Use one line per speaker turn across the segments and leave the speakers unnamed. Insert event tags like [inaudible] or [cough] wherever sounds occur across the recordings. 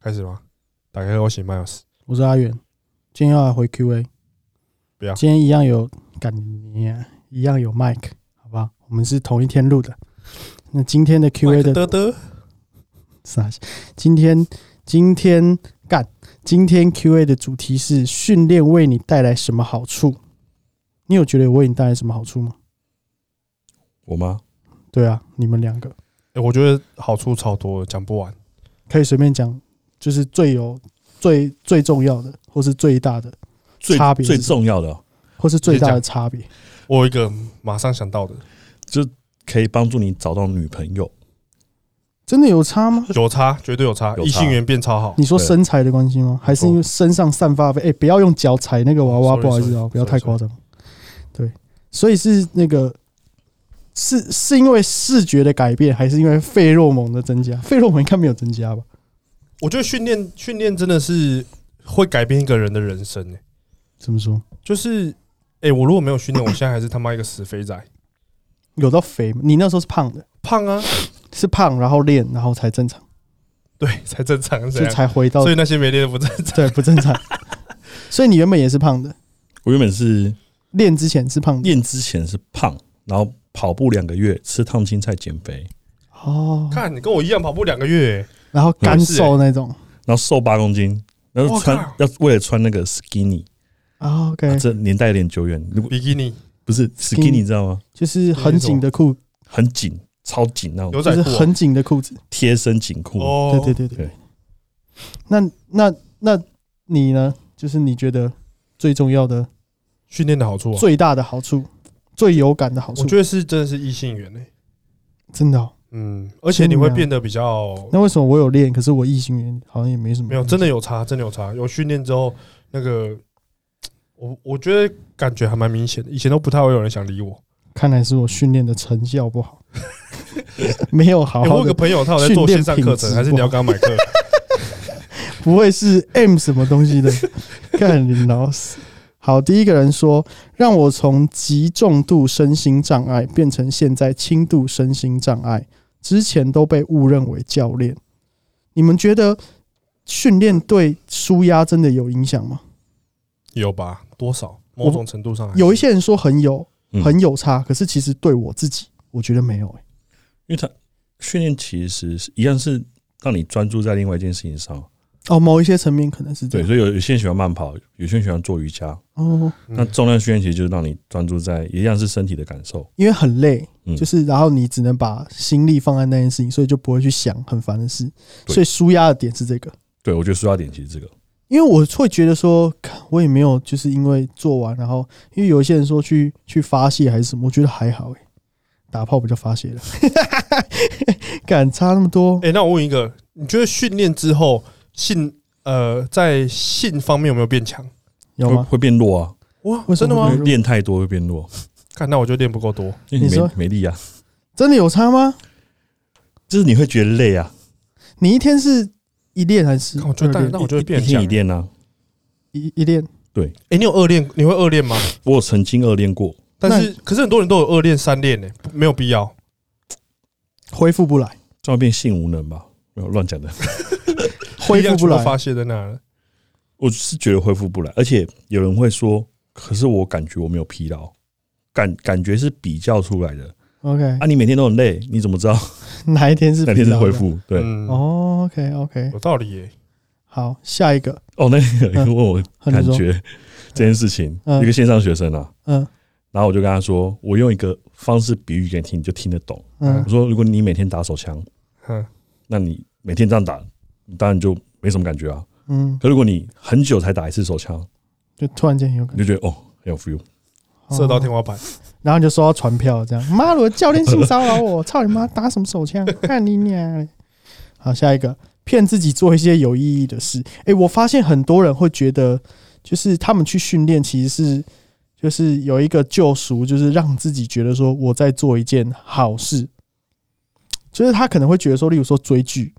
开始吗？打开我写 Miles，
我是阿远，今天要来回 Q&A，
不要
今天一样有感你啊一样有 Mike，好吧，我们是同一天录的。那今天的 Q&A 的
哎得得，
傻笑，今天今天干，今天 Q&A 的主题是训练为你带来什么好处？你有觉得为你带来什么好处吗？
我吗？
对啊，你们两个
哎，我觉得好处超多的，讲不完。
可以随便讲，就是最有最最重要的，或是最大的，
最
差别是
最
什
重要的哦，
或是最大
直
的
接
差别。
我有一个马上想到的，
可以帮助你找到女朋友。
真的有差吗？
有差，绝对有差，
有差
异性缘变超好。
你说
对
身材的关系吗？还是因为身上散发的？哎、不要用脚踩那个娃娃，
哦 Sorry，
不好意思啊、
sorry，
不要太
sorry，
夸张。对，所以是那个是是因为视觉的改变，还是因为费洛蒙的增加？费洛蒙应该没有增加吧？
我觉得训练训练真的是会改变一个人的人生诶、
怎么说？
就是哎，我如果没有训练，我现在还是他妈一个死肥仔， [coughs]
有到肥吗？你那时候是胖的，
胖啊，
是胖，然后练，然后才正常，
对，才正常这
就
样。
才回到
啊
嗯
所以那些没练的不正常，
对不正
[laughs]
常。所以你原本也是胖的，
我原本是
练之前是胖的
练之前是胖，然后跑步两个月，吃烫青菜减肥，
哦，
看你跟我一样跑步两个月、
然后干
我是欸
瘦那种。
然后瘦八公斤，然后
我
穿
靠
要为了穿那个 skinny，、
啊 OK，
啊、这年代有点久远，如果
比基尼、
不是
skinny
skinny，你知道吗？
就是很紧的裤，
很紧，超紧那种
牛
哦就
仔
是
裤啊、
很紧的裤子。
贴身紧裤。
哦
对对对对
对。
那那那你呢？就是你觉得最重要的、
训练的好处、啊，
最大的好处、最有感的好
我
处，
觉得是真的是异性缘诶、哎
真的哦、
嗯，而且你会变得比较
那为什么我有练，可是我异性缘好像也没什么？
没有，真的有差，真的有差。有训练之后，那个我我觉得感觉还蛮明显的。以前都不太会有人想理我。
看来是我训练的成效
[laughs]
不好，没有好
欸我有
好
个
的，
朋友，他有在做线上课程，
训练品质
还是你要跟他买课？
不会是 M 什么东 [laughs] 西的？看你老死。好，第一个人说，让我从极重度身心障碍变成现在轻度身心障碍，之前都被误认为教练。你们觉得训练对舒压真的有影响吗？
有吧？多少？某种程度上还是
有一，些人说很有，
嗯
很有差，可是其实对我自己，我觉得没有、欸。
因为它训练其实是一样是让你专注在另外一件事情上。
哦，某一些层面可能是这
对，
样。
所以有有些人喜欢慢跑，有些人喜欢做瑜伽。
哦，
嗯
那重量训练其实就是让你专注在一样是身体的感受。
因为很累，
嗯，
就是然后你只能把心力放在那件事情，所以就不会去想很烦的事。
对
所以舒压的点是这个。
对我觉得舒压点其实这个。
因为我会觉得说，看我也没有就是因为做完，然后因为有一些人说去去发泄还是什么，我觉得还好诶、打炮比较发泄了， [laughs] 敢差那么多？
哎，那我问一个，你觉得训练之后性呃在性方面有没有变强？
有
会
吗？
会变弱啊，
哇，
为什
真
么
的吗
因
会？
为练太多会变弱，
看，那我就练不够多。
因为
你
你
说
没没力啊，
真的有差吗？
就是你会觉得累啊，
你一天是一练还是
看我觉得
嗯二练
那我觉得
一
变
一天
强
一。练啊，
一一练？
哎，你有二练？你会二练吗？
我有曾经恶练过，
但是可是很多人都有二练、三练呢，不没有必要。
恢复不
[laughs]
来，
这样变性无能吧？没有乱讲的， [laughs]
恢
力量
复
全部
不来，
发泄在那了。
我是觉得恢复不来，而且有人会说，可是我感觉我没有疲劳，感感觉是比较出来的
OK，
啊，你每天都很累，你怎么知道
哪一天是
哪天
疲
是
劳
恢
的？
复？对，
嗯，
哦，OK OK，
有道理耶。
好，下一个，
哦，那个有人问我
嗯
感觉这件事情，
嗯
一个线上学生啊，
嗯
然后我就跟他说，我用一个方式比喻给你听，你就听得懂。
嗯
我，说，如果你每天打手枪。
嗯，
那你每天这样打，你当然就没什么感觉啊。
嗯，
可如果你很久才打一次手枪，
就突然间有感
你就觉得哦很有 feel。
觉，
射到
哦
天花板。
然后你就收到传票，这样，妈的，我的教练性骚扰我， [laughs] 操你妈，打什么手枪？看你娘！好，下一个，骗自己做一些有意义的事。诶、我发现很多人会觉得，就是他们去训练其实是就是有一个救赎，就是让自己觉得说我在做一件好事。就是他可能会觉得说，例如说追剧，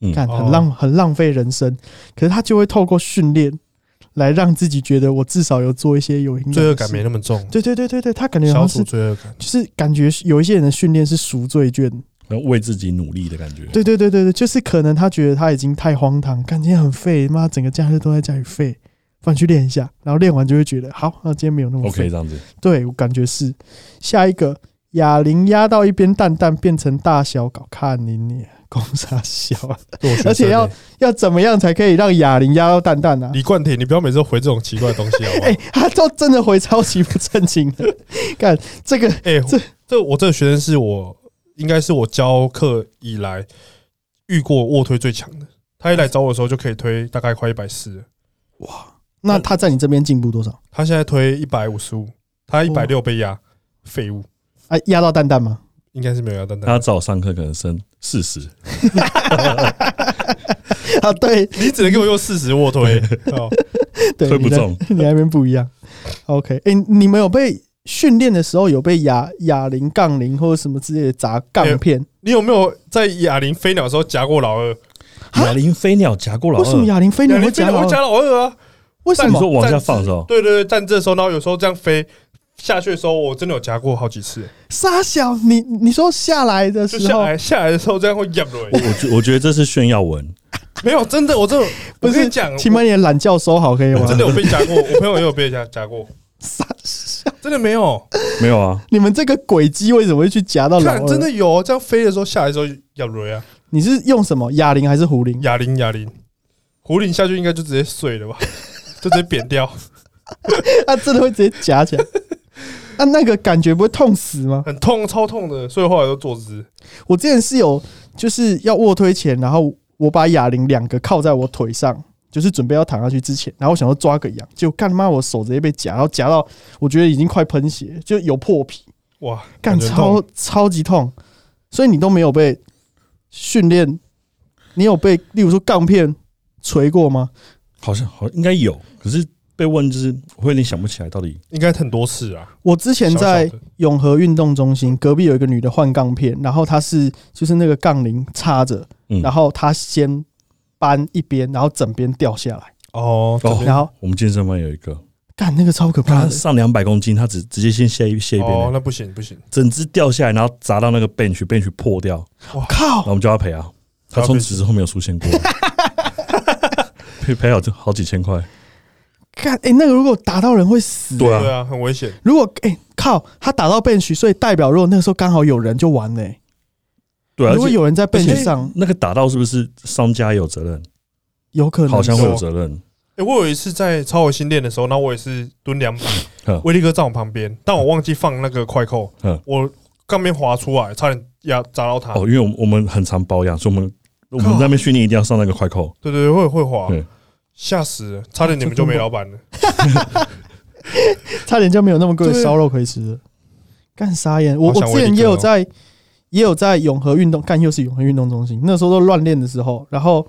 嗯
看
哦
很浪很浪费人生，可是他就会透过训练来让自己觉得我至少有做一些有营养的事。
罪恶感没那么重，
对对对对对，他感觉好
消
像是
除罪恶感。
就是感觉是有一些人的训练是赎罪券
然后为自己努力的感觉。
对对对对对，就是可能他觉得他已经太荒唐，感觉很废，妈整个假日都在家里废，不然去练一下，然后练完就会觉得好，那今天没有那么废。
OK，这样子，
对我感觉是下一个哑铃压到一边，蛋蛋变成大小搞，看你你公傻小 [laughs] 啊，
对
而且要要怎么样才可以让哑铃压到蛋蛋呢、啊？
李冠廷，你不要每次都回这种奇怪的东西好
[laughs]
不好
哎、？他都真的回超级不正经的， [laughs] 看这个
哎、
这
这这我这个学生是我应该是我教课以来遇过卧推最强的。他一来找我的时候就可以推大概快一百四，
那他在你这边进步多少？
他现在推一百五十五，他一百六被压，废物
啊，压到蛋蛋吗？
应该是没有压蛋蛋。
哦
他找我上课可能升四十，
啊，对
你只能给我用四十卧
[laughs]
推，哦
对，
推不
你的
[laughs] 中，
[laughs] 你那边不一样。OK，哎、你们有被训练的时候有被哑哑铃、杠铃或者什么之类的砸杠片？
你有没有在哑铃飞鸟的时候夹过老二？
哑铃飞鸟夹过老
为什么
二。
哑铃飞你
哑
会
铃飞
夹
鸟
到
会？夹老二啊？
为什
但
你
么？
说往下
站
放是吧？
对对对，站这的时候，然后有时候这样飞下去的时候，我真的有夹过好几次，
沙小，你你说下来的
就
时
下
候
来下来的时候这样会压落。
我觉我觉得这是炫耀文，
没有，真的，我真的
不
我跟
是
你讲，
请把你的懒觉收好，可以吗
我？真的有被夹过，我朋友也有被夹夹过，
傻笑，
真的没有，
没有啊？
你们这个鬼机为什么会去夹到老
看
二？
真的，有，这样飞的时候下来的时候要雷啊，
你是用什么哑铃还是壶铃？ [laughs]
哑铃哑铃，狐狸下去应该就直接碎了吧， [laughs] 就直接扁掉，
啊，真的会直接夹起来。 [laughs] 啊，那个感觉不会痛死吗？
很痛，超痛的，所以后来都坐姿，
我之前是有就是要卧推前，然后我把哑铃两个靠在我腿上，就是准备要躺下去之前，然后我想要抓个痒，就干妈我手直接被夹，然后夹到我觉得已经快喷血，就有破皮，
哇，
干
感觉很痛
超超级痛。所以你都没有被训练，你有被例如说杠片锤过吗？
好像好应该有，可是被问就是我会有点想不起来到底
应该很多次啊，
我之前
小小
在
的
永和运动中心隔壁有一个女的换杠片，然后她是就是那个杠铃插着，
嗯
然后她先搬一边，然后整边掉下来，
哦，
哦
这边
然后
我们健身房有一个，
干那个超可怕
他
的，
上两百公斤，他直直接先卸一卸一边、
哦，那不行不行，
整只掉下来，然后砸到那个 bench，bench 破掉，然后
靠！
我们就要赔啊。他从此之后没有出现过，啊赔赔好就好几千块。
干哎、那个如果打到人会死、
对啊
对啊，很危险，
如果哎、靠，他打到 bench，所以代表如果那个时候刚好有人就完了、欸
对啊，
如
而
果
且
有人在
而且
bench 上，
那个打到是不是商家有责任？
有可能
好像会有
是
责任。
哎、我有一次在超我新练的时候，然后我也是蹲两百
嗯，
威力哥在我旁边，但我忘记放那个快扣
嗯，
我杠边滑出来，差点压砸到他。
哦，因为我们我们很常保养，所以我们我们
啊靠
在那边训练一定要上那个快扣。
对对对，会会滑
对，
吓死了，差点你们就没老板了。
[laughs] 差点就没有那么贵的
对啊
烧肉可以吃了。干啥眼！我
好
我
想
之
威
前
力
也
哥
有
哦
在也有在永和运动，干又是永和运动中心，那时候都乱练的时候，然后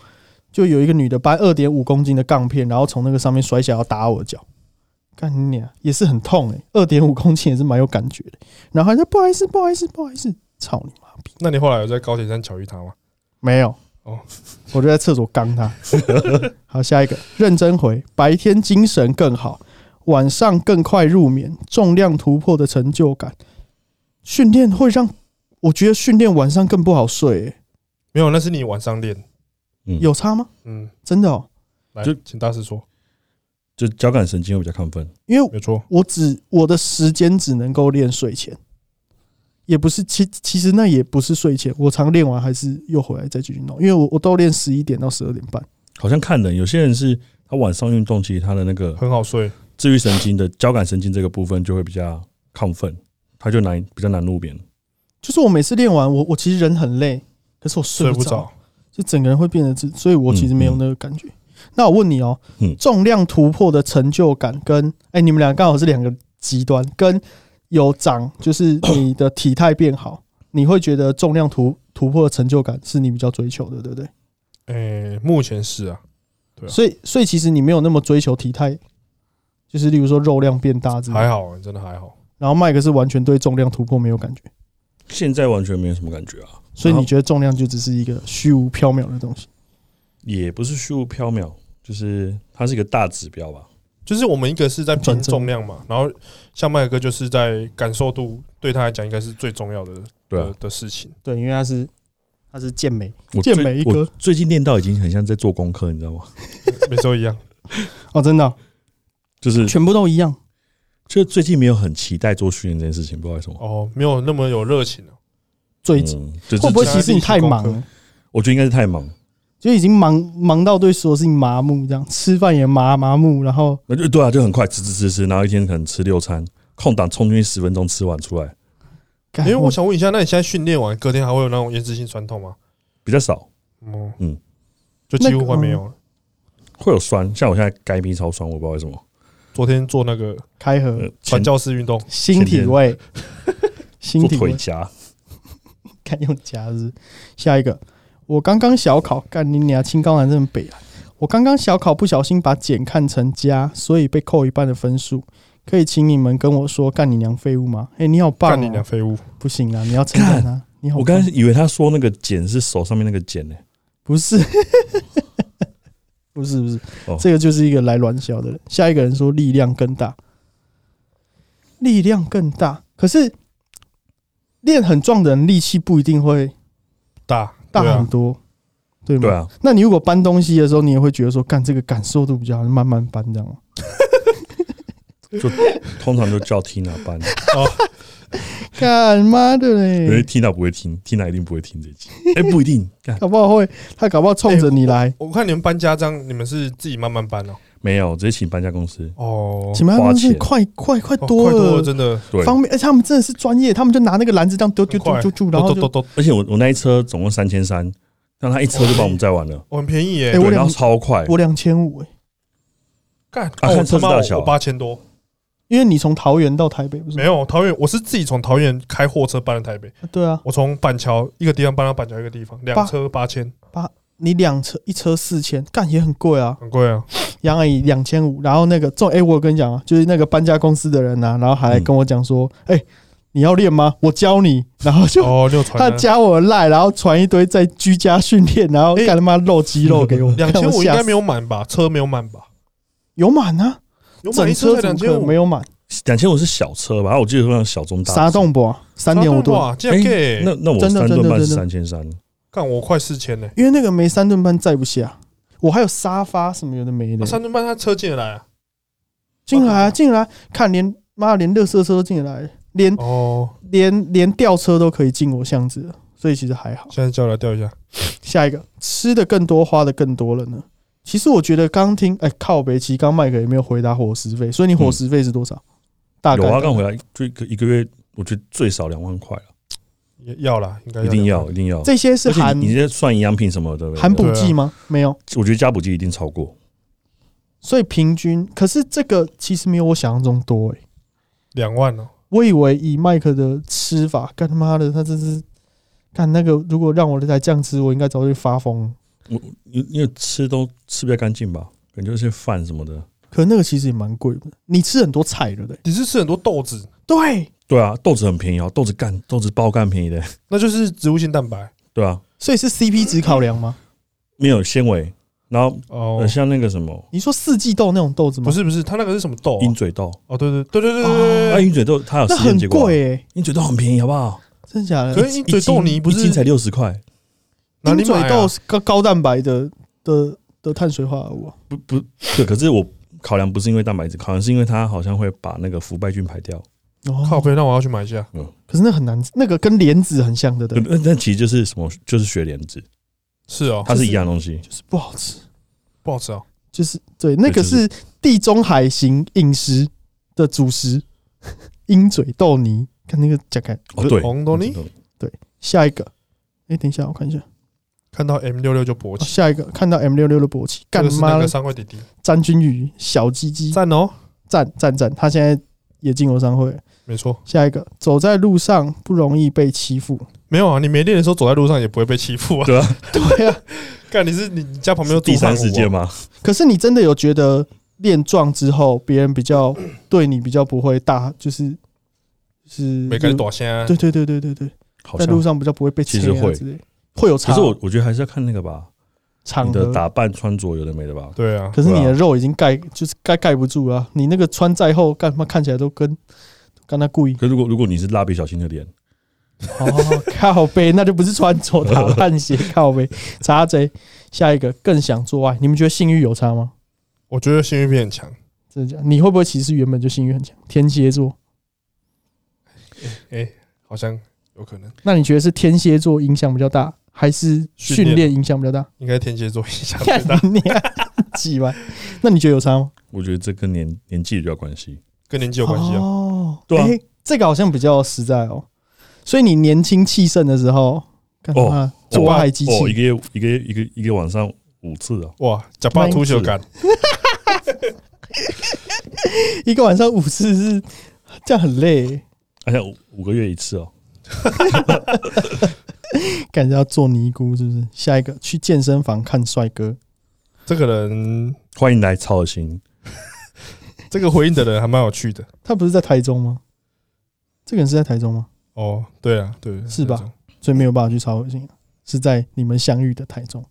就有一个女的搬二点五公斤的杠片，然后从那个上面摔下来要打我的脚。干你娘，也是很痛诶、2二点五公斤也是蛮有感觉的。然后她就不好意思，不好意思，不好意思，操你妈逼！
那你后来有在高铁站巧遇他吗？
没有
哦，
我就在厕所
[laughs]
刚他。好，下一个，认真回，白天精神更好，晚上更快入眠，重量突破的成就感。训练会让我觉得训练晚上更不好睡、欸
没有，那是你晚上练。
嗯，
有差吗？
嗯，
真的哦，
来
就，
请大师说，
就交感神经会比较亢奋。
因为
没错。
我只我的时间只能够练睡前，也不是其其实那也不是睡前，我常练完还是又回来再继续弄，因为我我都练十一点到十二点半。
好像看人，有些人是他晚上运动，其实他的那个
很好睡，
治愈神经的交感神经这个部分就会比较亢奋，他就难比较难入眠。
就是我每次练完，我我其实人很累，可是我睡
睡
不
不
着
着，。
就整个人会变得自，所以我其实没有那个感觉。那我问你哦、
嗯
重量突破的成就感跟哎、你们俩刚好是两个极端，跟有长就是你的体态变好，你会觉得重量突突破的成就感是你比较追求的，对不对？
诶，目前是啊，对啊
所以所以其实你没有那么追求体态，就是例如说肉量变
嗯
大之类的。
还好，欸真的还好。
然后麦克是完全对重量突破没有感觉，
现在完全没有什么感觉啊，
所以
然后
你觉得重量就只是一个虚无缥缈的东西。
也不是虚无缥缈，就是它是一个大指标吧。
就是我们一个是在
转
拼
正
重量嘛，然后像麦哥就是在感受度，对他来讲应该是最重要的
对啊
的，的事情。
对，因为他是他是健美
我
健
最
美
我
哥
最近练到已经很像在做功课，你知道吗？
[laughs] 每周一样，
哦，真的哦、
就是
全部都一样。
就最近没有很期待做训练这件事情，不知道为什么。
哦，没有那么有热情啊
[laughs]
了。
最近、
嗯，就是
会不会其实你太忙了，
我觉得应该是太忙，
就已经忙忙到对所有事情麻木，这样吃饭也麻麻木，然后
那就对啊，就很快吃吃吃吃，然后一天可能吃六餐，空档冲进去十分钟吃完出来
干
因为我想问一下，那你现在训练完，隔天还会有那种延迟性酸痛吗？
比较少，
哦，
嗯
嗯，就几
那
乎
个嗯
快没有了。
会有酸。像我现在该皮超酸，我不知道为什么。
昨天做那个
开合
呃，前
传教士运动，
新体位， [laughs] 新
做
体
腿
位
夹，
看用夹子。下一个，我刚刚小考，干你娘，清高男真的北啊！我刚刚小考不小心把减看成加，所以被扣一半的分数。可以请你们跟我说干你娘废物吗？哎、你好棒、
干你娘
哦！
废物！
不行啊，你要承认啊！你好棒，
我刚才以为他说那个茧是手上面那个茧呢、
不是， [laughs] 不是，不是，
哦
这个就是一个来乱笑的人。下一个人说力量更大，力量更大，可是练很壮的人力气不一定会
大
大
对
很
啊，
多，对吗？
对啊，
那你如果搬东西的时候，你也会觉得说，干这个感受度比较好，慢慢搬这样吗？
就通常就叫 Tina 班，
干妈的
因为
嘞，
Tina 不会听，Tina 一定不会听这集。哎、不一定，干
搞不好会他搞不好冲着你来，
我看你们搬家这样，你们是自己慢慢搬哦。
没有，直接请搬家公司。
哦，
前面他们
花
是
钱
快快快
哦
多
快多了，
了。
真的。
对，
方便，而且他们真的是专业，他们就拿那个篮子这样丢丢
很
丢
快
丢丢，然后
都
就
都都，
而且我我那一车总共三千三，让他一车就把我们载完了，
我很便宜耶
哎。我
对，
两
然后超快，
我两千五哎，
干，
啊
哦
看车
他
子
妈
大
我
小
我八千多，
因为你从桃园到台北不是吗？
没有桃园，我是自己从桃园开货车搬到台北，
对啊，
我从板桥一个地方搬到板桥一个地方，
八
两车八千，
你两车一车四千，干也很贵啊。
很贵啊。
杨阿姨两千五，然后那个重哎、我有跟你讲啊，就是那个搬家公司的人呐、啊，然后还来跟我讲说，哎、你要练吗？我教你。然后就、
嗯哦，六
[laughs] 他
传单
加我的赖，然后传一堆在居家训练，然后
哎
干他妈露肌肉给我，
[laughs]
[laughs]
两
看
千
我
五应
吓
该
死
没有满吧？车没有满吧？
有满啊，
有满
整
一
车
才两
怎么可
千
能
五
没，有满？
两千五是小车吧？我记得好像小中大。
沙洞不三
差
点五
不多
吨，
啊，竟然
哎
gay，
那那我
真的
三顿半是
真
三千三，
干我快四千呢。
因为那个没三吨半载不下。我还有沙发什么有的没的
啊，三吨半他车进得来啊？
进来啊，进来啊，看连妈的连乐色车都进得来了，连
哦，
连连吊车都可以进我巷子了，所以其实还好。
现在叫来调一下。
下一个吃的更多，花的更多了呢？其实我觉得刚听，哎、靠北其实刚麦克也没有回答伙食费，所以你伙食费是多少？大概
有啊，刚回来就一个一个月，我觉得最少两万块了，
也要啦，应该
一定
两
要
万
一定要。
这些是
而且
含
你你这算营养品什么的，对不对啊
含补剂吗？没有，
我觉得加补剂一定超过，
所以平均，可是这个其实没有我想象中多哎、
两万哦。
我以为以麦克的吃法，干他妈的，他真是干那个，如果让我来这样吃，我应该早就发疯了。
因因为吃都吃不太干净吧，感觉是饭什么的。
可那个其实也蛮贵的，你吃很多菜对不对？
你是吃很多豆子，
对，
对啊，豆子很便宜啊，豆子干豆子包干便宜的，
那就是植物性蛋白
对啊，
所以是 CP 值考
[coughs]
量吗？
没有纤维，然后
哦
呃。像那个什么
你说四季豆那种豆子吗？
不，是不是，它那个是什么豆啊？
鹰嘴豆，
哦，对对对对对
哦
对
啊，
对
鹰嘴豆它有
那
实验
很
结果啊，
贵哎、
鹰嘴豆很便宜，好不好？
真假
对。
的？
可是鹰嘴豆泥不
一斤
是
才六十块，
哪里
鹰嘴
买啊
豆是高高蛋白的的的碳水化合物啊、
不不对，可是我考量不是因为蛋白质，考量是因为它好像会把那个腐败菌排掉。
靠
哦，
背，那我要去买一下。
可是那很难，那个跟莲子很像的，对
对，
不对，
那呃那其实就是什么，就是雪莲子，
是哦，
它是一样东西。
就是不好吃，
不好吃哦。
就是对，那个是地中海型饮食的主食， [laughs] 鹰嘴豆泥。看那个讲看
哦，对，
红豆泥
下一个，哎、等一下，我看一下，
看到 M 六六就勃
哦
起，
下一个看到 M 六六的勃起，
这
干
个是
妈
那
的
个三块弟弟，
詹君宇小鸡鸡，
赞哦，
赞赞赞，他现在也进我商会了。
没错，
下一个，走在路上不容易被欺负。
没有啊，你没练的时候走在路上也不会被欺负啊。
对
[laughs]
啊，
对啊，
干，你是你你家旁边有
第三世
世
界
界？
吗？
可是你真的有觉得练壮之后，别人比较对你比较不会
[coughs]
大，就是就是
没跟你躲现啊
对。对对对对对，
好
在
像
路。上比较不会被切
其实
啊
会
之类的，会有
可
差。啊
是我我觉得还是要看那个吧，
场
你的
合，
打扮穿着有的没的吧。
对啊，
可是你
对
的
啊
肉已经盖就是盖盖不住了啊，你那个穿在后干嘛看起来都跟跟他故意
可如果如果你是蜡笔小新的脸，
哦，靠背，那就不是穿着打扮鞋，靠背，查贼。下一个更想做爱，你们觉得性欲有差吗？
我觉得性欲变强。
真的假的？你会不会其实原本就性欲很强？天蝎座，
哎、好像有可能，
那你觉得是天蝎座影响比较大，还是
训练
训练影响比较 [laughs] 大？
应该天蝎座影响最
[laughs]
大，
看你几万，那你觉得有差吗？
我觉得这跟年年纪比较关系。
跟年纪有关系啊。
哦，
对啊
诶这个好像比较实在哦。所以你年轻气盛的时候，干
哦
嘛做爱机
哦，
器？
一个月一个月一个一个晚上五次啊，
哇，假巴秃球感，
一个晚上五次是这样很累，
好像五五个月一次哦。
感觉要做尼姑是不是？下一个去健身房看帅哥，
这个人
欢迎来操心，
这个回应的人还蛮有趣的。
他不是在台中吗？这个人是在台中吗？
哦，对啊，对，
是吧
这种？
所以没有办法去超恶心，啊是在你们相遇的台中。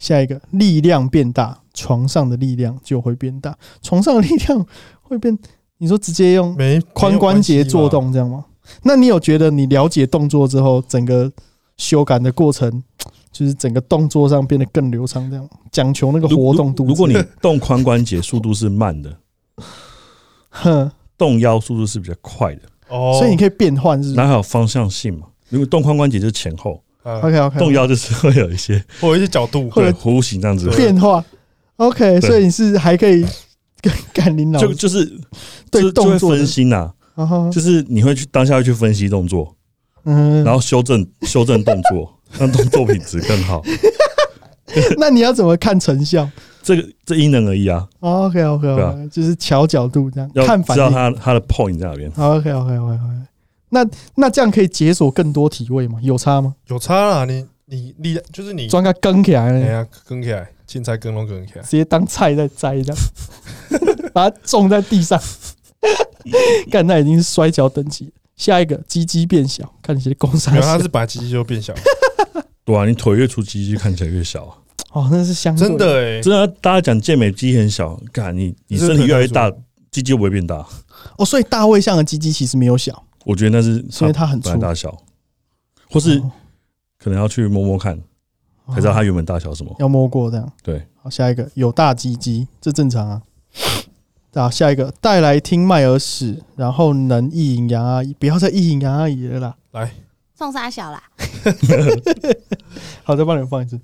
下一个力量变大，床上的力量就会变大，床上的力量会变。你说直接用
没
髋关节做，
没有关系吧
动这样吗？那你有觉得你了解动作之后，整个修改的过程，就是整个动作上变得更流畅，这样讲求那个活动度？
如果你 [laughs] 动髋关节速度是慢的，
哼，
动腰速度是比较快的，
哦，
所以你可以变换是不
然
是
后还有方向性嘛。如果动髋关节就是前后，
啊，
？OK OK，
动腰就是会有一
[laughs]
些
或者一些角度，
对弧形这样子，
变化 OK，
对
所以你是还可以干干领导
就就是
对
就是就
动
会
作的
分心呐，
啊哈，
就是你会去当下会去分析动作，
嗯，
然后修正修正动作，让动作品质更好。
那你要怎么看成效
这个这因人而异啊，
？OK OK
对
OK，
啊
就是瞧角度这样
要
看反
知道
应。
他他的 point 在哪边。
OK OK OK OK，那那这样可以解锁更多体位吗？有差吗？
有差啦。你你力量就是你，
专家跟起来
哎
了，
呀，跟起来，青菜跟拢跟起来
直，接当菜在摘这样， [laughs] 把它种在地
[laughs]
上。干，那已经是摔跤等级了。下一个鸡鸡变小，看你些工
没
[laughs] 伤
有，他是把鸡鸡就变小，
对啊，你腿越粗，鸡鸡看起来越小啊。
哦，那是相对
真的哎，
欸
真的啊，大家讲健美肌很小，看你你身体越来越
这是
大
腿太，
鸡鸡会不会变大？
哦，所以大卫像的鸡鸡其实没有小，
我觉得那是
是因为它很粗哦
本来，大小，或是可能要去摸摸看，
哦
才知道它原本大小是什么。
要摸过这样。
对，
好，下一个有大鸡鸡，这正常啊。啊，下一个带来听麦尔屎，然后能意淫杨阿姨，不要再意淫杨阿姨了啦。
送沙小啦，
好，再帮你们放一次。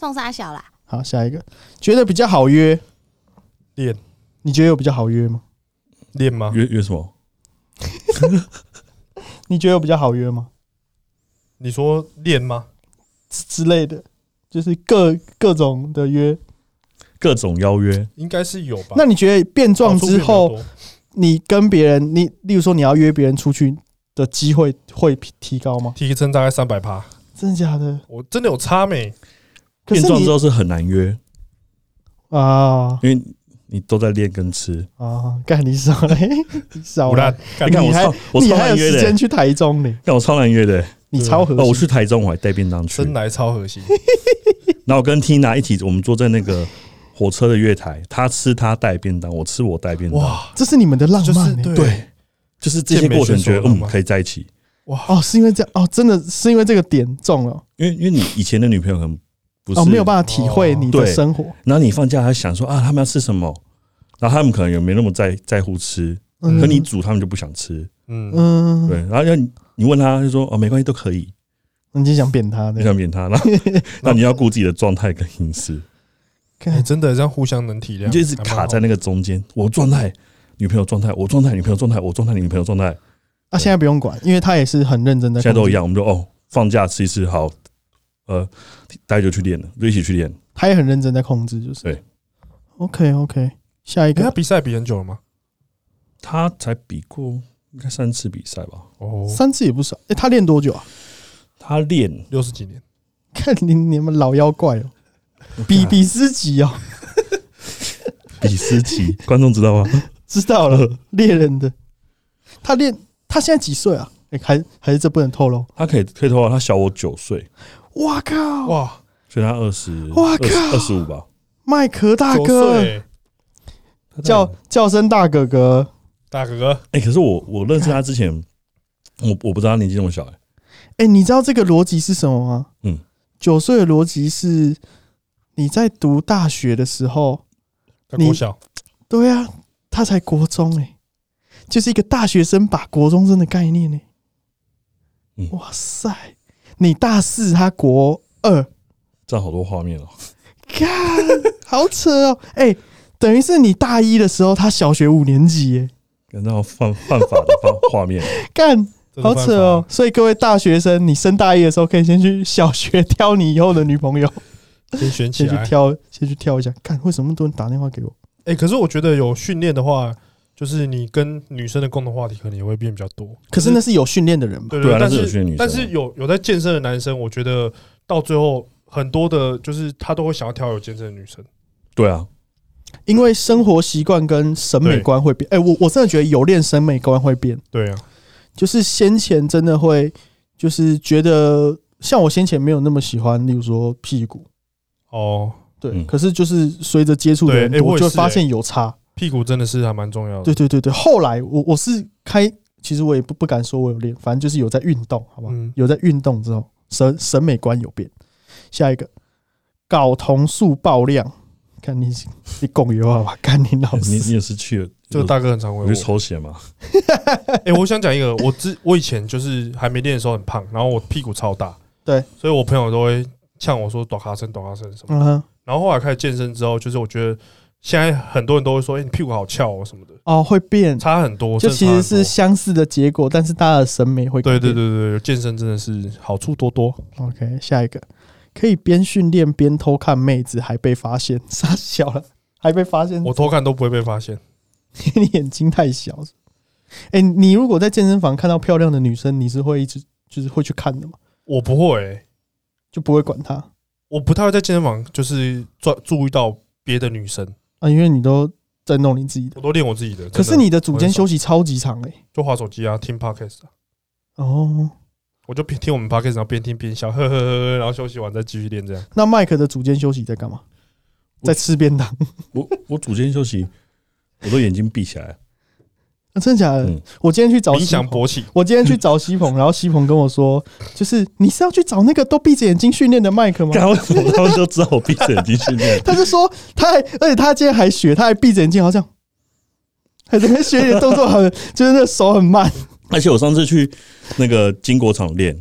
送沙小啦，
好，下一个觉得比较好约，
练
你觉得有比较好约吗？
练
哦
吗？
约约什么？
你觉得有比较好约吗？
你说练吗？
之之类的，就是各各种的约。
各种邀约，
应该是有吧。
那你觉得变壮
好处
之
比较
后，
多，
你跟别人，你例如说你要约别人出去的机会会提高吗？
提升大概三百趴，
真的假的？
我真的有差没？
可
变
是
壮之
你
后是很难约，
啊
因为你都在练跟吃。
啊，干你少 [laughs] 嘞，你少
胡
嘞
乱，干
你
哦你还
看我超我
你
超
还有
难约
时
的欸
间，去台中呢？
看我超难约的欸。
你
对啊
超合
哦，我
适
去台中我还带便当去，
生来超核心，
然后我跟 Tina 一起，我们坐在那个火车的月台，她吃她带便当，我吃我带便当。
哇，
这是你们的浪
就
漫
是
欸
对，
对，就是这些过程觉
健美选
得
手
嗯
嘛
可以在一起，
哦，是因为这样哦，真的是因为这个点中了
因为因为你以前的女朋友可能不是
哦，没有办法体会你的
对
生活，
然后你放假还想说啊，他们要吃什么？然后他们可能也没那么在在乎吃，
嗯
可你煮他们就不想吃。
嗯，
嗯
对，，然后要你你问他，他就说哦，没关系，都可以，
你就想扁他
你
的，
想免他。那
[laughs]
那你要顾自己的状态跟饮食，
哎
看
真的这样互相能体谅，
你就一直
还蛮好
卡在那个中间，我状态。女朋友状态，我状态，女朋友状态，我状态，女朋友状态，
啊，现在不用管，因为他也是很认真在，
现在都一，样。我们就哦，放假吃一吃，好，呃，大家就去练了，就一起去练。
他也很认真在控制，就是
对。
OK OK，下一
哎他
个
比赛比很久了吗？
他才比过应该三次比赛吧，
哦，
三次也不少，哎，他练多久啊？ [laughs]
他练
六十几年，
看你你们老妖怪哦，比比斯己哦，
比斯奇，观众知道吗？
知道了，猎人的，他练他现在几岁啊？哎，还还是这不能透露。
他可以可以透露，他小我九岁，
哇靠！
哇，
所以他二十，
哇靠
二十五吧。
麦壳大
九
哥，
岁
他在
叫叫声大哥哥。
大哥哥，
[laughs]
哎、可是我我认识他之前，我我不知道他年纪那么小、欸，
哎、你知道这个逻辑是什么吗？
嗯，
九岁的逻辑是你在读大学的时候，
在
你
国小
对啊，他才国中哎、就是一个大学生把国中生的概念呢、
嗯
哇塞，你大四，他国二，
这样好多画面哦。
[laughs]
看，好扯哦！哎、等于是你大一的时候，他小学五年级耶、
那种犯犯法的画画面，哦
[laughs] 干，
真的
好
没办法
扯哦！所以各位大学生，你升大一的时候，可以先去小学挑你以后的女朋友，
先选 [laughs] 起
先去
来。
挑，先去挑一下。看，为什么那么多人打电话给我？
哎，可是我觉得有训练的话，就是你跟女生的共同话题可能也会变比较多。
可是那是有训练的人嘛？
对
对啊
对，但
那是有训练女
是
生
但是有有在健身的男生，我觉得到最后很多的，就是他都会想要挑有健身的女生。
对啊，
因为生活习惯跟审美观会变。哎、我我真的觉得有练审美观会变，
对啊，
就是先前真的会，就是觉得像我先前没有那么喜欢，例如说屁股，
哦，
对，
嗯
可是就是随着接触的
对
人
哎
多，
我也
就会
是嗯
发
哎
现有差。
屁股真的是还蛮重要的。
对对对对，后来我我是开，其实我也不不敢说我有练，反正就是有在运动，好不好？
嗯
有在运动之后，审审美观有变。下一个，睾酮素爆量，看你你拱油好吧，看你老
[laughs]
你
师
你也是去了
这个大哥很常问
有
我
去。抽血嘛？
哎、我想讲一个，我之我以前就是还没练的时候很胖，然后我屁股超大，
对，
所以我朋友都会呛我说短卡身、短卡身什么。
嗯哼，
然后后来开始健身之后，就是我觉得现在很多人都会说，哎、你屁股好翘哦什么的，
哦，会变，
差很多。真
就
的差
其
很
实
多
是相似的结果，但是大家的审美会
啊对
改
对
变。
对对对，健身真的是好处多多。
OK，下一个，可以边训练边偷看妹子，还被发现，傻小了，还被发现，
我偷看都不会被发现，
你眼睛太小了。哎、你如果在健身房看到漂亮的女生，你是会一直就是会去看的嘛，
我不会、欸
就不会管她
我不太会在健身房就是注注意到别的女生，
啊，因为你都在弄你自己的。
我都练我自己的。
可是
真的
你的组间休息超级长哎、
就划手机啊，听 podcast 啊，
哦，
我就边听我们 podcast，然后边听边笑，呵呵呵呵，然后休息完再继续练这样。
那麦克的组间休息在干嘛？
我
在吃便当？
我我组间休息，我都眼睛闭起来，
啊、真的假的？
嗯
我今天去找
冥
西
想
鹏，
勃起，
我今天去找
[laughs]
西鹏，然后西鹏跟我说，就是你是要去找那个都闭着眼睛训练的麦
[laughs]
克吗？。
然后他们就知道我闭着眼睛训练
[laughs] 他就说他还，而且他今天还学，他还闭着眼睛，好像还在那边学你的动
[laughs]
作很，就是那手很慢。
而且我上次去那个金国场练，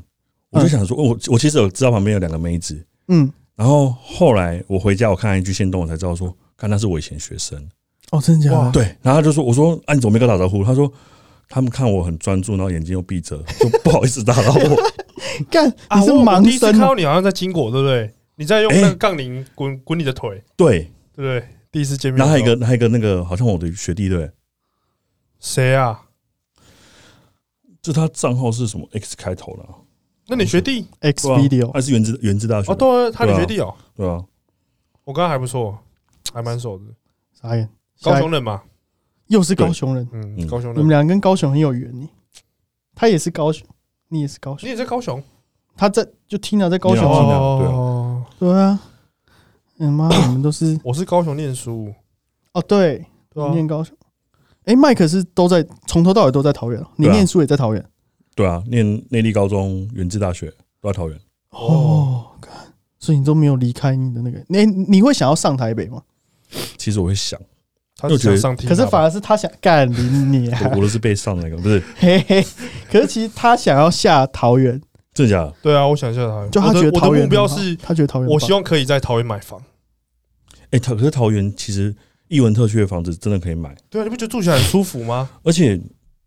我就想说，哦我我其实有知道旁边有两个妹子，
嗯，
然后后来我回家我看一句线动，我才知道说，看那是我以前学生。
哦，真的假
哇
的？
对，然后他就说，我说啊，你怎么没跟我打招呼？他说。他们看我很专注，然后眼睛又闭着， [laughs] 就不好意思打扰我。
干，
啊
你是
我我第一
盲
次看
生哦、
到你好像在经过，对不对？你在用那
哎
个杠铃滚滚你的腿，
对，
对不对？第一次见面的
然
时
后
候，
还有一个，还有一个那个，好像我的学弟对不对，
谁啊？
就他账号是什么 X 开头的、啊、
那你学弟
X
对啊
video，、
还是原自原自大学
哦，
的、
对啊，他你
对啊
学弟哦，
对啊，
我刚刚还不错，还蛮熟的，
傻眼，
高
下一
雄人嘛，
又是高雄人，
嗯，
嗯
高雄
你
人，
们俩跟高雄很有缘呢。他也是高雄，你也是高
你
雄，
也在高雄，
他在就听了在高雄
你好
啊，
啊对啊
哦，
对啊。嗯妈，你们都是
我是高雄念书，
哦，对，
对
你
啊，
念高雄。哎、麦克是都在从头到尾都在桃园哦，你
对啊
念书也在桃园。
对啊，念内地高中，原自大学都在桃园。
哦，干所以你都没有离开你的那个，你你会想要上台北吗？
其实我会想，
他
因为我觉
想
得
上听
可
他吧，
是反而是他想干你你、啊，
我
[laughs]
我都是被上那个，不是
嘿嘿。可是其实他想要下桃园，
真的假的？
对啊，我想一下桃园，
就他
我的
觉得
我的
桃园
目标
很好
是，
他觉得桃园棒，
我希望可以在桃园买房。
哎、桃可是桃园其实艺文特区的房子真的可以买，
对啊，你不觉得住起来很舒服吗？
而且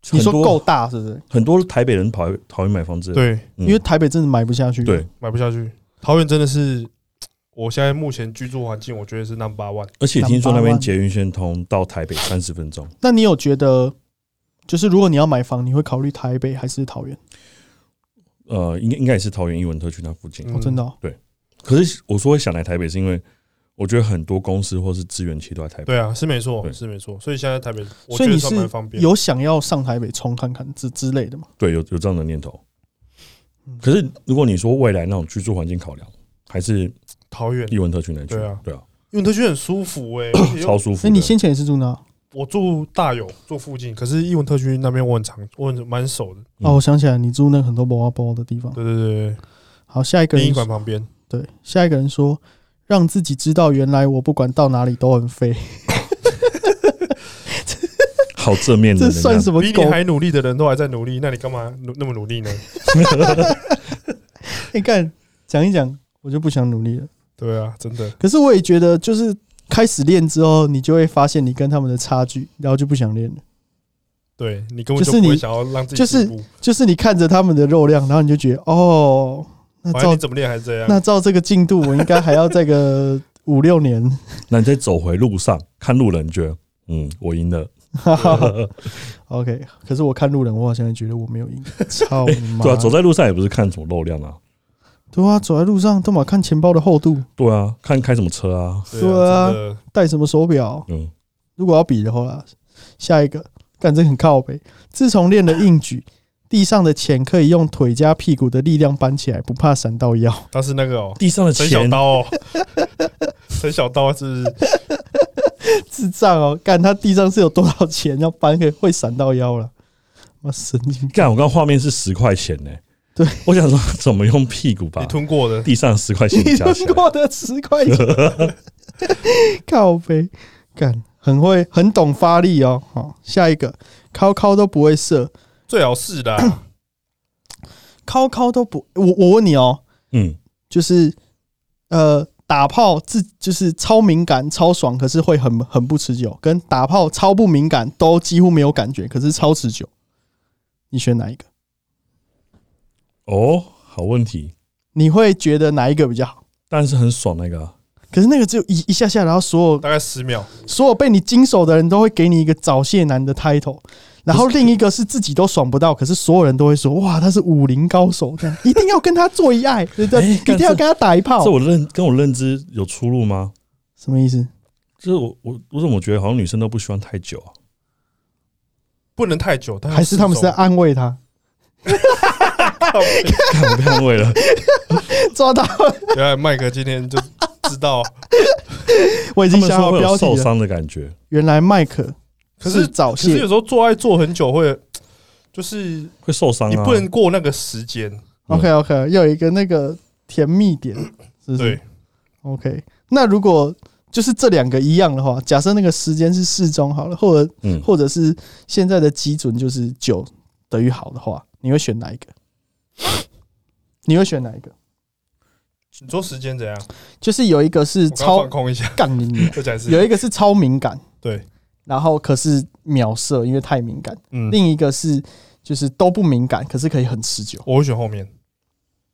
你
很
说够
多
大是不是？
很多台北人跑来桃园买房子，
对，
因
嗯，
为台北真的买不下去。
对，
买不下去。桃园真的是我现在目前居住环境，我觉得是 number one。
而且听说那
南八
边
湾
捷运线通到台北三十分钟，
那你有觉得，就是如果你要买房，你会考虑台北还是桃园？
呃，应该应该也是桃园艺文特区那附近。
嗯
哦，真的、哦，
可是我说会想来台北，是因为我觉得很多公司或是资源其实都在台北。
对啊，是没错，
对
是没错。所以现在台北，我觉
所以
得
你
算蛮
是
方便。
有想要上台北冲看看之之类的吗？
对，有有这样的念头
嗯。
可是如果你说未来那种居住环境考量，还是
桃园，
艺文特区那区，
对啊
对啊，
[coughs]
因为特区很舒服哎，而且又
超舒服
那
的。
你先前也是住哪？
我住大有，住附近，可是艺文特区那边我很常，我很蛮熟的。
嗯
哦，我想起来，你住那个很多包包的地方。
对对对
好，下一个
对，殡仪
人
馆旁边，
对，下一个人说，让自己知道原来我不管到哪里都很废，
好正
嗯
面
[laughs]
的
这
能量，
算什么
比
狗
你还努力的人都还在努力，那你干嘛努那么努力呢？
你看，哎讲一讲，我就不想努力了。
对啊，真的，
可是我也觉得，就是开始练之后，你就会发现你跟他们的差距，然后就不想练了。
对你根本
就
就是不会
你
想要让自己
就是
进步，
就是你看着他们的肉量，然后你就觉得，哦，那
反正
照
你怎么练还是这样。
那照这个进度，我应该还要再个五六
[laughs]
年。
那你在走回路上看路人，觉得嗯，我赢了。
啊
[laughs]
[laughs] 啊
OK，可是我看路人，我好像也觉得我没有
[laughs]
赢，操你妈！
对啊，走在路上也不是看什么肉量啊，
对啊，走在路上都嘛看钱包的厚度，
对啊，看开什么车啊，
对啊，
对啊
真的
戴什么手表。
嗯，
如果要比的话，下一个干这很靠北。自从练了硬举，地上的钱可以用腿加屁股的力量搬起来，不怕闪到腰。
他是那个哦，
地上的
陈小
钱
刀哦， [laughs] 陈小刀是不是
智障哦，干他地上是有多少钱要搬可以会闪到腰了？妈神经病！
干，我刚画面是十块钱呢、
对，
我想说怎么用屁股把
你吞过
[laughs]
的，
地上十块钱
你
加起
通
来？
过的十块钱， [laughs] 靠背干很会很懂发力哦。好，下一个，靠靠都不会射，
最好啊是
[coughs]
啦。
靠靠都不，我我问你哦，
嗯，
就是呃打炮自就是超敏感超爽，可是会很很不持久，跟打炮超不敏感都几乎没有感觉，可是超持久，你选哪一个？
哦，好问题，
你会觉得哪一个比较好？
但是很爽那个啊、
可是那个只有一一下下，然后所有
大概十秒，
所有被你经手的人都会给你一个早泄男的 title，然后另一个是自己都爽不到，可是所有人都会说哇他是武林高手，这样一定要跟他做一爱，对不对？
[laughs] 哎
一定要跟他打一炮
这，我认跟我认知有出入吗？
什么意思？
就是我我我怎么觉得好像女生都不喜欢太久啊？
不能太久，但
还是他们是在安慰他， [laughs]
看我被安
[laughs]
慰了，
抓到
原来麦克今天就知
[laughs]
道，
我已
他
经
们
想好
说会
标
有
题啊
受
了。
伤的感觉，
原来麦克
可是
早
可是
泄
有时候做爱做很久会，就是
会受伤
你
啊。
不能过那个时间，
嗯
OK OK，又有一个那个甜蜜点，是
嗯
不是
对，
？OK，那如果就是这两个一样的话，假设那个时间是适中好了，或者
嗯，
或者是现在的基准就是九等于好的话，你会选哪一个？
[coughs]
你会选哪一个？
你说时间怎样？
就是有一个是
我刚
超
放空一下， [laughs]
杠你，
再讲一次，
有一个是超敏感，
对，
然后可是秒射，因为太敏感；
嗯，
另一个是就是都不敏感，可是可以很持久。
我会选后面，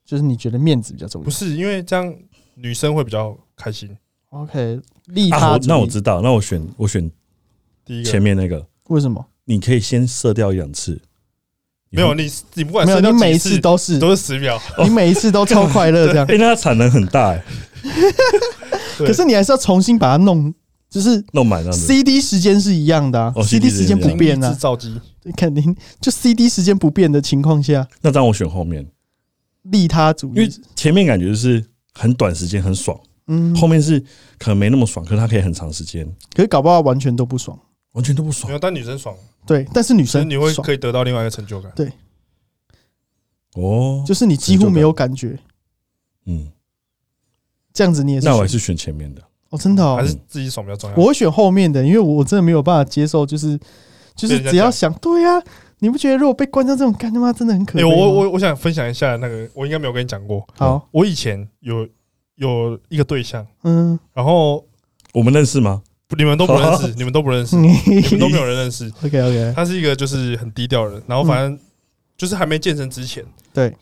就是你觉得面子比较重
不
要。
是因为这样女生会比较开心。
OK，利
啊，
他
我
主义、
那我知道，那我选我选
第一
前
个
面那个，
为什么？
你可以先射掉一两次，
没
[laughs]
有你，你不管
没有，
射
你
掉
每一
几
次
次
都是，
都是十秒，
你每一次
[laughs]
都超快乐这样
哎、。那它产能很大、欸，
对
可是你还是要重新把它弄，就是
弄满这样子。
CD 时间是一样的啊
哦
，CD
CD
时间
是一
不
样
变
精益
啊
制，造机，
肯定就 CD 时间不变的情况下，
那这样我选后面，
利他主
因为
义，
前面感觉就是很短时间很爽，
嗯，
后面是可能没那么爽，可是它可以很长时间，
可是搞不好完全都不爽，
完全都不
没
爽
有，但女生爽，
对，但是女
所以
生
你会
爽，
可以得到另外一个成就感。
哦。
就是你几乎没有感觉，
嗯，
这样子你也是
那我还
选
是选前面的，
哦，真的哦
还，是自己爽比较重要。
我会选后面的，因为我真的没有办法接受，就是就
被
是
人家
只要想，对呀、你不觉得如果被关到这种干他妈真的很可
哎、
悲吗？
我我我想分享一下那个，我应该没有跟你讲过，
好，
我以前有有一个对象，
嗯，
然后
我们认识
[laughs]
吗？
不你们都不认识，你们都不认识，
嗯
你们都没有人认识。
OK OK，
他是一个就是很低调的人，然后
嗯
反正就是还没健身之前，
对，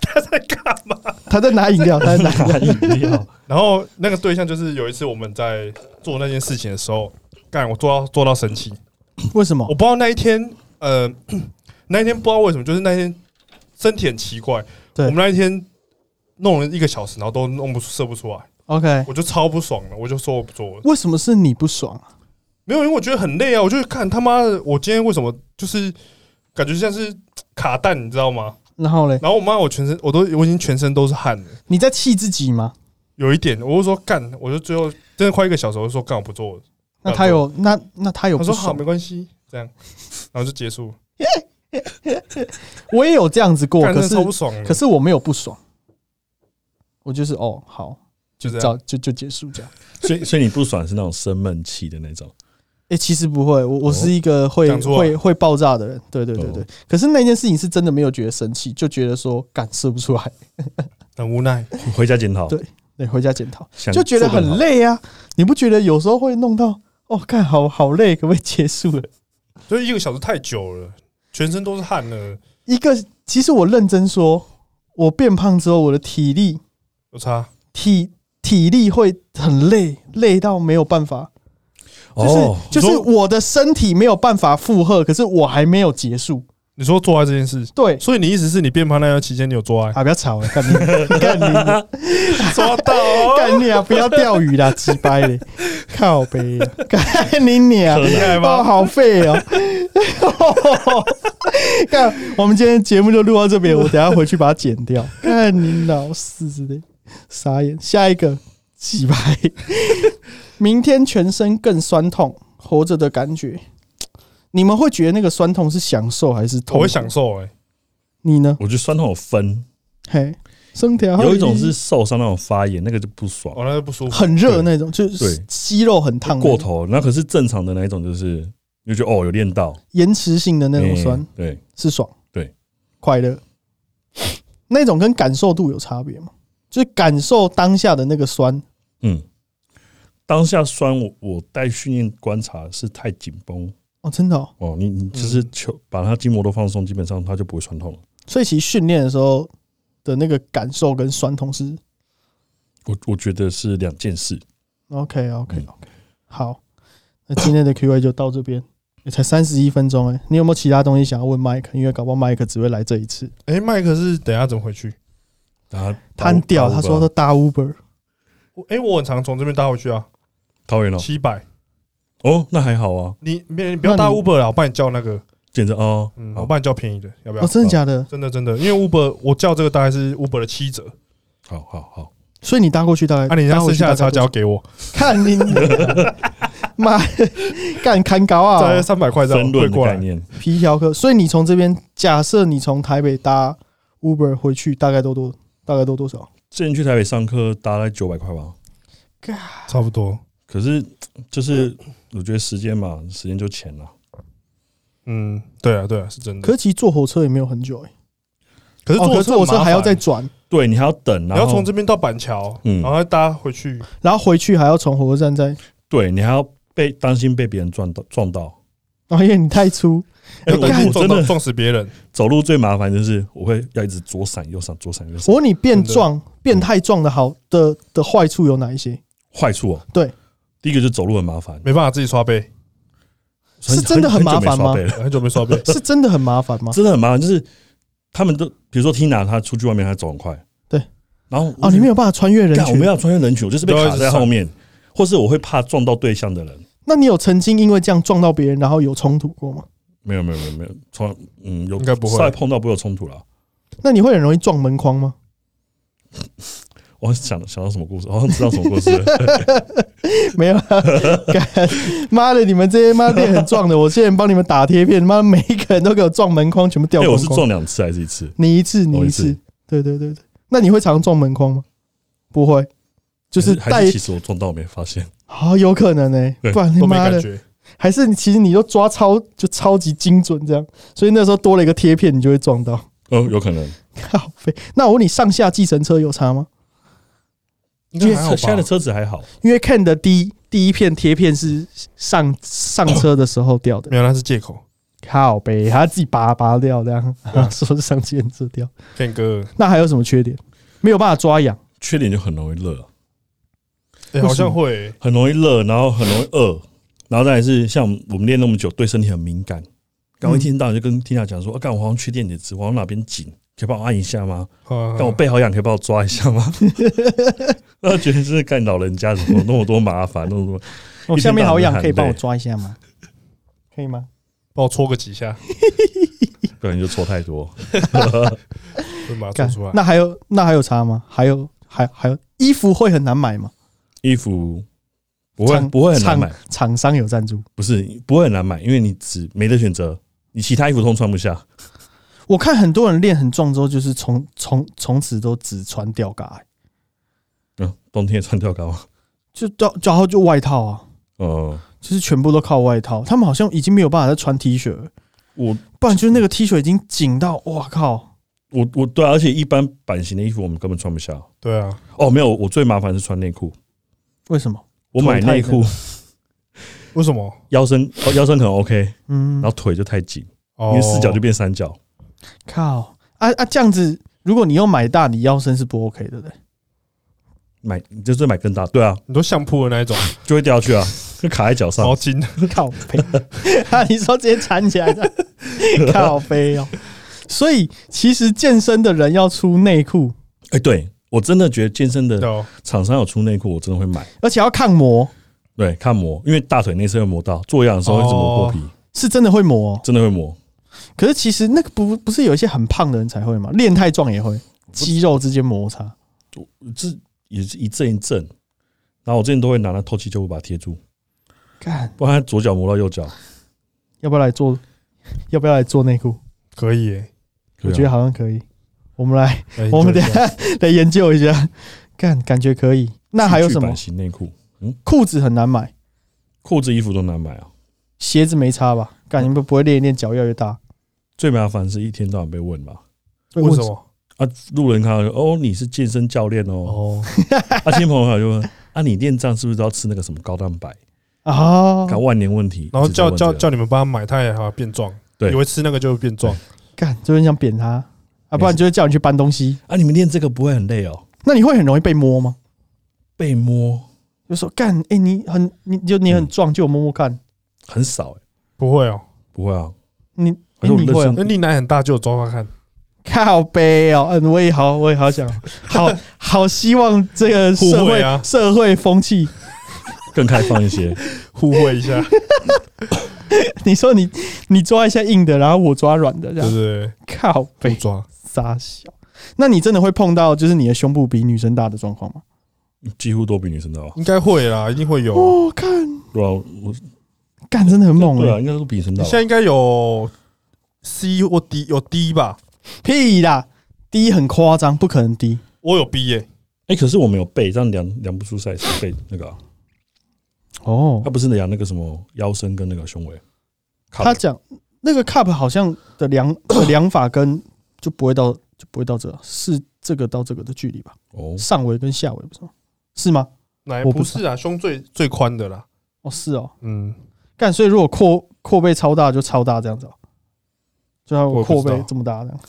他在干嘛？
他在拿饮料，他在拿饮料，
然后那个对象就是有一次我们在做那件事情的时候，干我做到做到生气，
[laughs] 为什么
我？不知道那一天，呃， [clears throat] 那一天不知道为什么，就是那一天身体很奇怪，
对
我们那一天弄了一个小时，然后都弄不出射不出来，
OK，
我就超不爽了，我就说我不做了，
为什么是你不爽啊？
没有，因为我觉得很累啊，我就看他妈的，我今天为什么就是感觉像是卡蛋，你知道吗？
然后嘞，
然后我妈我全身我都我已经全身都是汗了。
你在气自己吗？
有一点，我就说干，我就最后真的快一个小时，我就说干我不做了，
那他有那那他有
他
不
说好，
爽
没，关系，这样，然后就结束了。
我也有这样子过，
干
可
真的
是
超不爽的，
可是我没有不爽，我就是哦好，
就这样，
早就就结束这样。
所以所以你不爽是那种生闷气的那种，
哎、其实不会，我我是一个会、
哦讲错啊
会会爆炸的人，对对对对。
哦
可是那件事情是真的没有觉得生气，就觉得说感射不出来，
很无奈。
回家检讨
对，得回家检讨，
想
就觉得
做更
很
好。
累啊。你不觉得有时候会弄到哦，看好好累，可不可以结束了？
所以一个小时太久了，全身都是汗了，
一个，其实我认真说，我变胖之后，我的体力
有差。
体体力会很累，累到没有办法，就是、
哦，
就
你
是
说
我的身体没有办法负荷，可是我还没有结束。
你说做爱这件事，
对
所以你意思是你变胖那段期间你有做爱？
啊，不要吵了，
[laughs]
干你干你
抓到哦，
干你啊！不要钓鱼啦，鸡掰嘞，靠背啊，干你娘！
很厉害
哦，
吗？
好
[laughs]
废哦！看，我们今天节目就录到这边，我等一下回去把它剪掉。看你老四之类，傻眼。下一个洗白，明天全身更酸痛，活着的感觉。你们会觉得那个酸痛是享受还是痛苦？
我会享受哎，
你呢？
我觉得酸痛有分，
嘿，啊生条
有一种是受伤那种发炎，那个就不爽
哦我那就不舒服。
很热那种，就是
对
肌肉很烫，
过，头。那可是正常的那一种，就是你就觉得哦有练到
延迟性的那种酸。
嗯对，
是爽，
对，
快乐，那种跟感受度有差别吗？就是感受当下的那个酸，
嗯。当下酸我，我带训练观察是太紧绷
哦，真的、哦。
哦，你你就是
嗯
求把它筋膜都放松，基本上它就不会酸痛了。
所以其实训练的时候的那个感受跟酸痛是
我我觉得是两件事，
OK OK
嗯
OK。好，那今天的 Q&A 就到这边，也才三十一分钟哎、你有没有其他东西想要问 Mike？因为搞不好 Mike 只会来这一次。
哎，麦克是等一下怎么回去？
他
贪掉，他说他搭 Uber，
哎，我很常从这边搭回去啊，
桃园哦，
七百。
哦，那还好啊，
你别你不要搭
那你
Uber 了，我帮你叫那个，
简直哦，
嗯，我
好吧，
帮你叫便宜的，要不要
哦，？真的假的？
真的真的，因为 Uber 我叫这个大概是 Uber 的七折，
好好好，
所以你搭过去大概，
那啊你
搭
让
回
剩
哎去
下的差
大概多
价
少，
给我，
[laughs] 看你妈干砍高啊！
大概三百块这样
分
汇
论的
过
概
来，
念，
皮条客，所以你从这边，假设你从台北搭 Uber 回去，大概都多，大概都多少？
之前去台北上课大概九百块吧，
差不多。
可是就是我觉得时间嘛，时间就钱了。
嗯，对啊，对啊，是真的。
可是其实坐火车也没有很久、欸，
可是
哦，可是坐火
很麻
车
烦
还要再转，
对你还要等，
你
然
要
后
从这边到板桥，
嗯
然后再搭回去，
然后回去还要从火车站再， [laughs]
对你还要被担心被别人撞到撞到。
然后因为你太粗，
哎，
要
我
等
干
你
我
撞
真
到
的
撞死别人。
走路最麻烦就是我会要一直左闪右闪左闪右
我
闪，
问你变壮、变太壮的好的的坏处有哪一些？
坏处哦，
对，
第一个就是走路很麻烦，
没办法自己刷
[laughs]
背，
是真的很麻烦吗，
很久没刷背
很久
了
没刷背
是真的很麻烦
[laughs]
吗？
真的很麻烦，就是他们都比如说 Tina 她出去外面她走很快，
对，
然后
哦，你没有办法穿越人
干我
群
没，有穿越人群，我就是被
都要一
卡
直
在
闪
后面，或是我会怕撞到对象的人。
那你有曾经因为这样撞到别人，然后有冲突过吗？
没有没有没有没有，从来嗯有
应该不会
稍微碰到不会有冲突了。
那你会很容易撞门框吗？
我想想到什么故事，好像知道什么故事
[laughs]
了。
[laughs] 没有啦，啊干妈的，你们这些妈店很壮的，我现在帮你们打贴片，妈每一个人都给我撞门框，全部掉
哎，
光
我是
光。
撞两次还是一次？
你一次，你
我
一
一
次
次，
对对对对。那你会常撞门框吗？不会，就是
还还
带
是其实我撞到没发现，
好、有可能呢、
对
不然
都
他
没
妈
感
的，
觉。
还是你其实你都抓超就超级精准这样，所以那时候多了一个贴片，你就会撞到。 [laughs]
哦，有可能。
靠飞，那我问你，上下计程车有差吗？
应
因为
该还好
车现在的
吧？
车子还好，
因为 Ken 的第一第一片贴片是上上车的时候掉的
没。有，那是借口。
靠呗，他自己拔拔掉这样， [laughs] 说是上监制掉。
骗哥，
那还有什么缺点？没有办法抓痒，
缺点就很容易热，
哎，好像会
很容易热，然后很容易饿，然后再来是像我们练那么久，对身体很敏感。刚一天到晚就跟 Tina 讲说，啊，干我好像缺电解质，我好像哪边紧，可以帮我按一下吗？
啊
但我背好痒，可以帮我抓一下吗？ [laughs] 那觉得是干老人家怎么那么多麻烦，那么多
我、哦下面好痒，可以帮我抓一下吗？可以吗？
帮我戳个几下，
不然你就抽太多。
会把它
干
戳出来。
那还有那还有差吗？还有还还有衣服会很难买吗？
衣服不会
厂
不会很难买
厂，厂商有赞助，
不是不会很难买，因为你只没得选择，你其他衣服通穿不下。
我看很多人练很壮之后，就是从从从此都只穿吊嘎、欸
嗯，冬天也穿吊高。
就吊，然后就外套啊，
呃，
就是全部都靠外套。他们好像已经没有办法再穿 T 恤了，
我
不然就是那个 T 恤已经紧到，哇靠！
我我对啊、而且一般版型的衣服我们根本穿不下。
对啊，
哦，没有，我最麻烦是穿内裤。
为什么？
我买内裤，
为什么？
腰身哦腰身很 OK，
嗯
然，后腿就太紧，
哦
因为四角就变三角。
靠啊啊！这样子，如果你又买大，你腰身是不 OK 的嘞。 [laughs]
买你就是买更大，对啊，
你都相扑的
[laughs]
那一种，
就会掉下去啊，就卡在脚上
哦
毛。巾。
靠背 [laughs] 啊！你说直接缠起来的
[laughs]
靠背哦。所以其实健身的人要出内裤，
哎，对我真的觉得健身
啊
的
哦
厂商有出内裤，我真的会买。
而且要抗磨，
对，看磨，因为大腿内侧会磨到，做样的时候一直磨破皮，
是真的会磨、哦。
真的会磨。
可是其实那个不不是有一些很胖的人才会吗？练太壮也会，肌肉之间摩擦。
这也是一阵一阵。然后我之前都会拿那透气胶布把它贴住，
干，
不然它左脚磨到右脚。
要不要来做？要不要来做内裤？
可以耶，
我觉得
好，
好像可以。我们来，
来
我们
啊研究
等一
一下
下 [laughs] 来研究一下。干，感觉可以。那还有什
剧
么
版？型内裤、
裤子很难买，
裤子、衣服都难买啊。
鞋子没差吧？干，你们不会练一练脚越来越大？
最麻烦是一天到晚被问吧。
为什么？
啊，路人看到就哦，你是健身教练哦。
哦，
啊，亲朋好友就
[laughs]
问啊，你练这样是不是都要吃那个什么高蛋白？
啊？
看万年问题。
哦然后
一直在
叫
问这
叫
个
叫你们帮他买，他也好变壮。
对
以为吃那个就会变壮。
干，就很想扁他啊，不然就是叫你去搬东西。
啊，你们练这个不会很累哦？
那你会很容易被摸吗？
被摸
就说干，哎、你很，你就你很壮，就我摸摸看，
很少、欸，
不会哦，
不会啊。
你、哎
还是我
你会、啊
认识？
那你奶很大，就有抓抓看。
靠背哦，嗯，我也好，我也好想，好好希望这个社
互
会
惠啊
社会风气。 [laughs]
更开放一些， [laughs]
互惠一下，
啊
你说你你抓一下硬的，然后我抓软的，这
对不
样
对？
靠
不
背
抓，
傻小。那你真的会碰到就是你的胸部比女生大的状况吗？
几乎都比女生大。
应该会啦，一定会有。
哦，看
对啊，我
干真的很猛欸
对啊，
了，
应该都比女生
嗯你
大吧
现。在应该有 C 或 D，有 D 吧？
屁啦，低很夸张，不可能低。
我有 B 耶，
哎、可是我没有背，这样量量不出 size 背那个、啊，
哦
他，不是量那个什么腰身跟那个胸围，卡
他讲那个 cup 好像的
[coughs]
量的量法跟就不会到就不会到这，是这个到这个的距离吧？
哦，
上围跟下围不是吗？是吗？
哪
我不
不是啊？胸最最宽的啦。
哦，是哦。
嗯，
干，所以如果扩扩背超大就超大这样子、哦，就要
我也不
扩
知道
背这么大这样。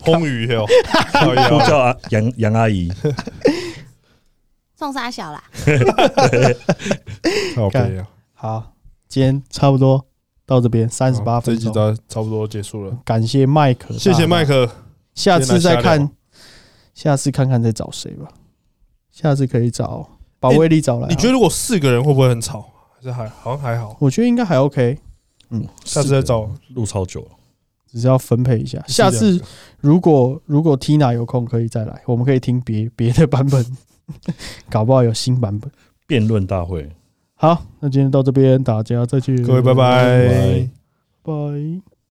红鱼
[laughs]
哦，靠
都
腰
叫啊杨杨阿
[laughs]
姨，
送啥小啦？
靠背啊。
好，今天差不多到这边三十八
好这
分
一集
钟，
到差不多结束了，
感谢麦克，
谢谢麦
克，
克。
下
今
次再
天来瞎
看
聊，
下次看看再找谁吧，下次可以找把威力找来好了、
哎
啊
你觉得如果四个人会不会很吵？还是还好像还好？
我觉得应该还 OK，
下次再找，
嗯录超久了，
只是要分配一下。下次如果如果 Tina 有空可以再来，我们可以听别别的版本， [laughs] 搞不好有新版本。
辩论大会。
哎
好，那今天到这边，大家再见，
各位拜拜
拜
拜。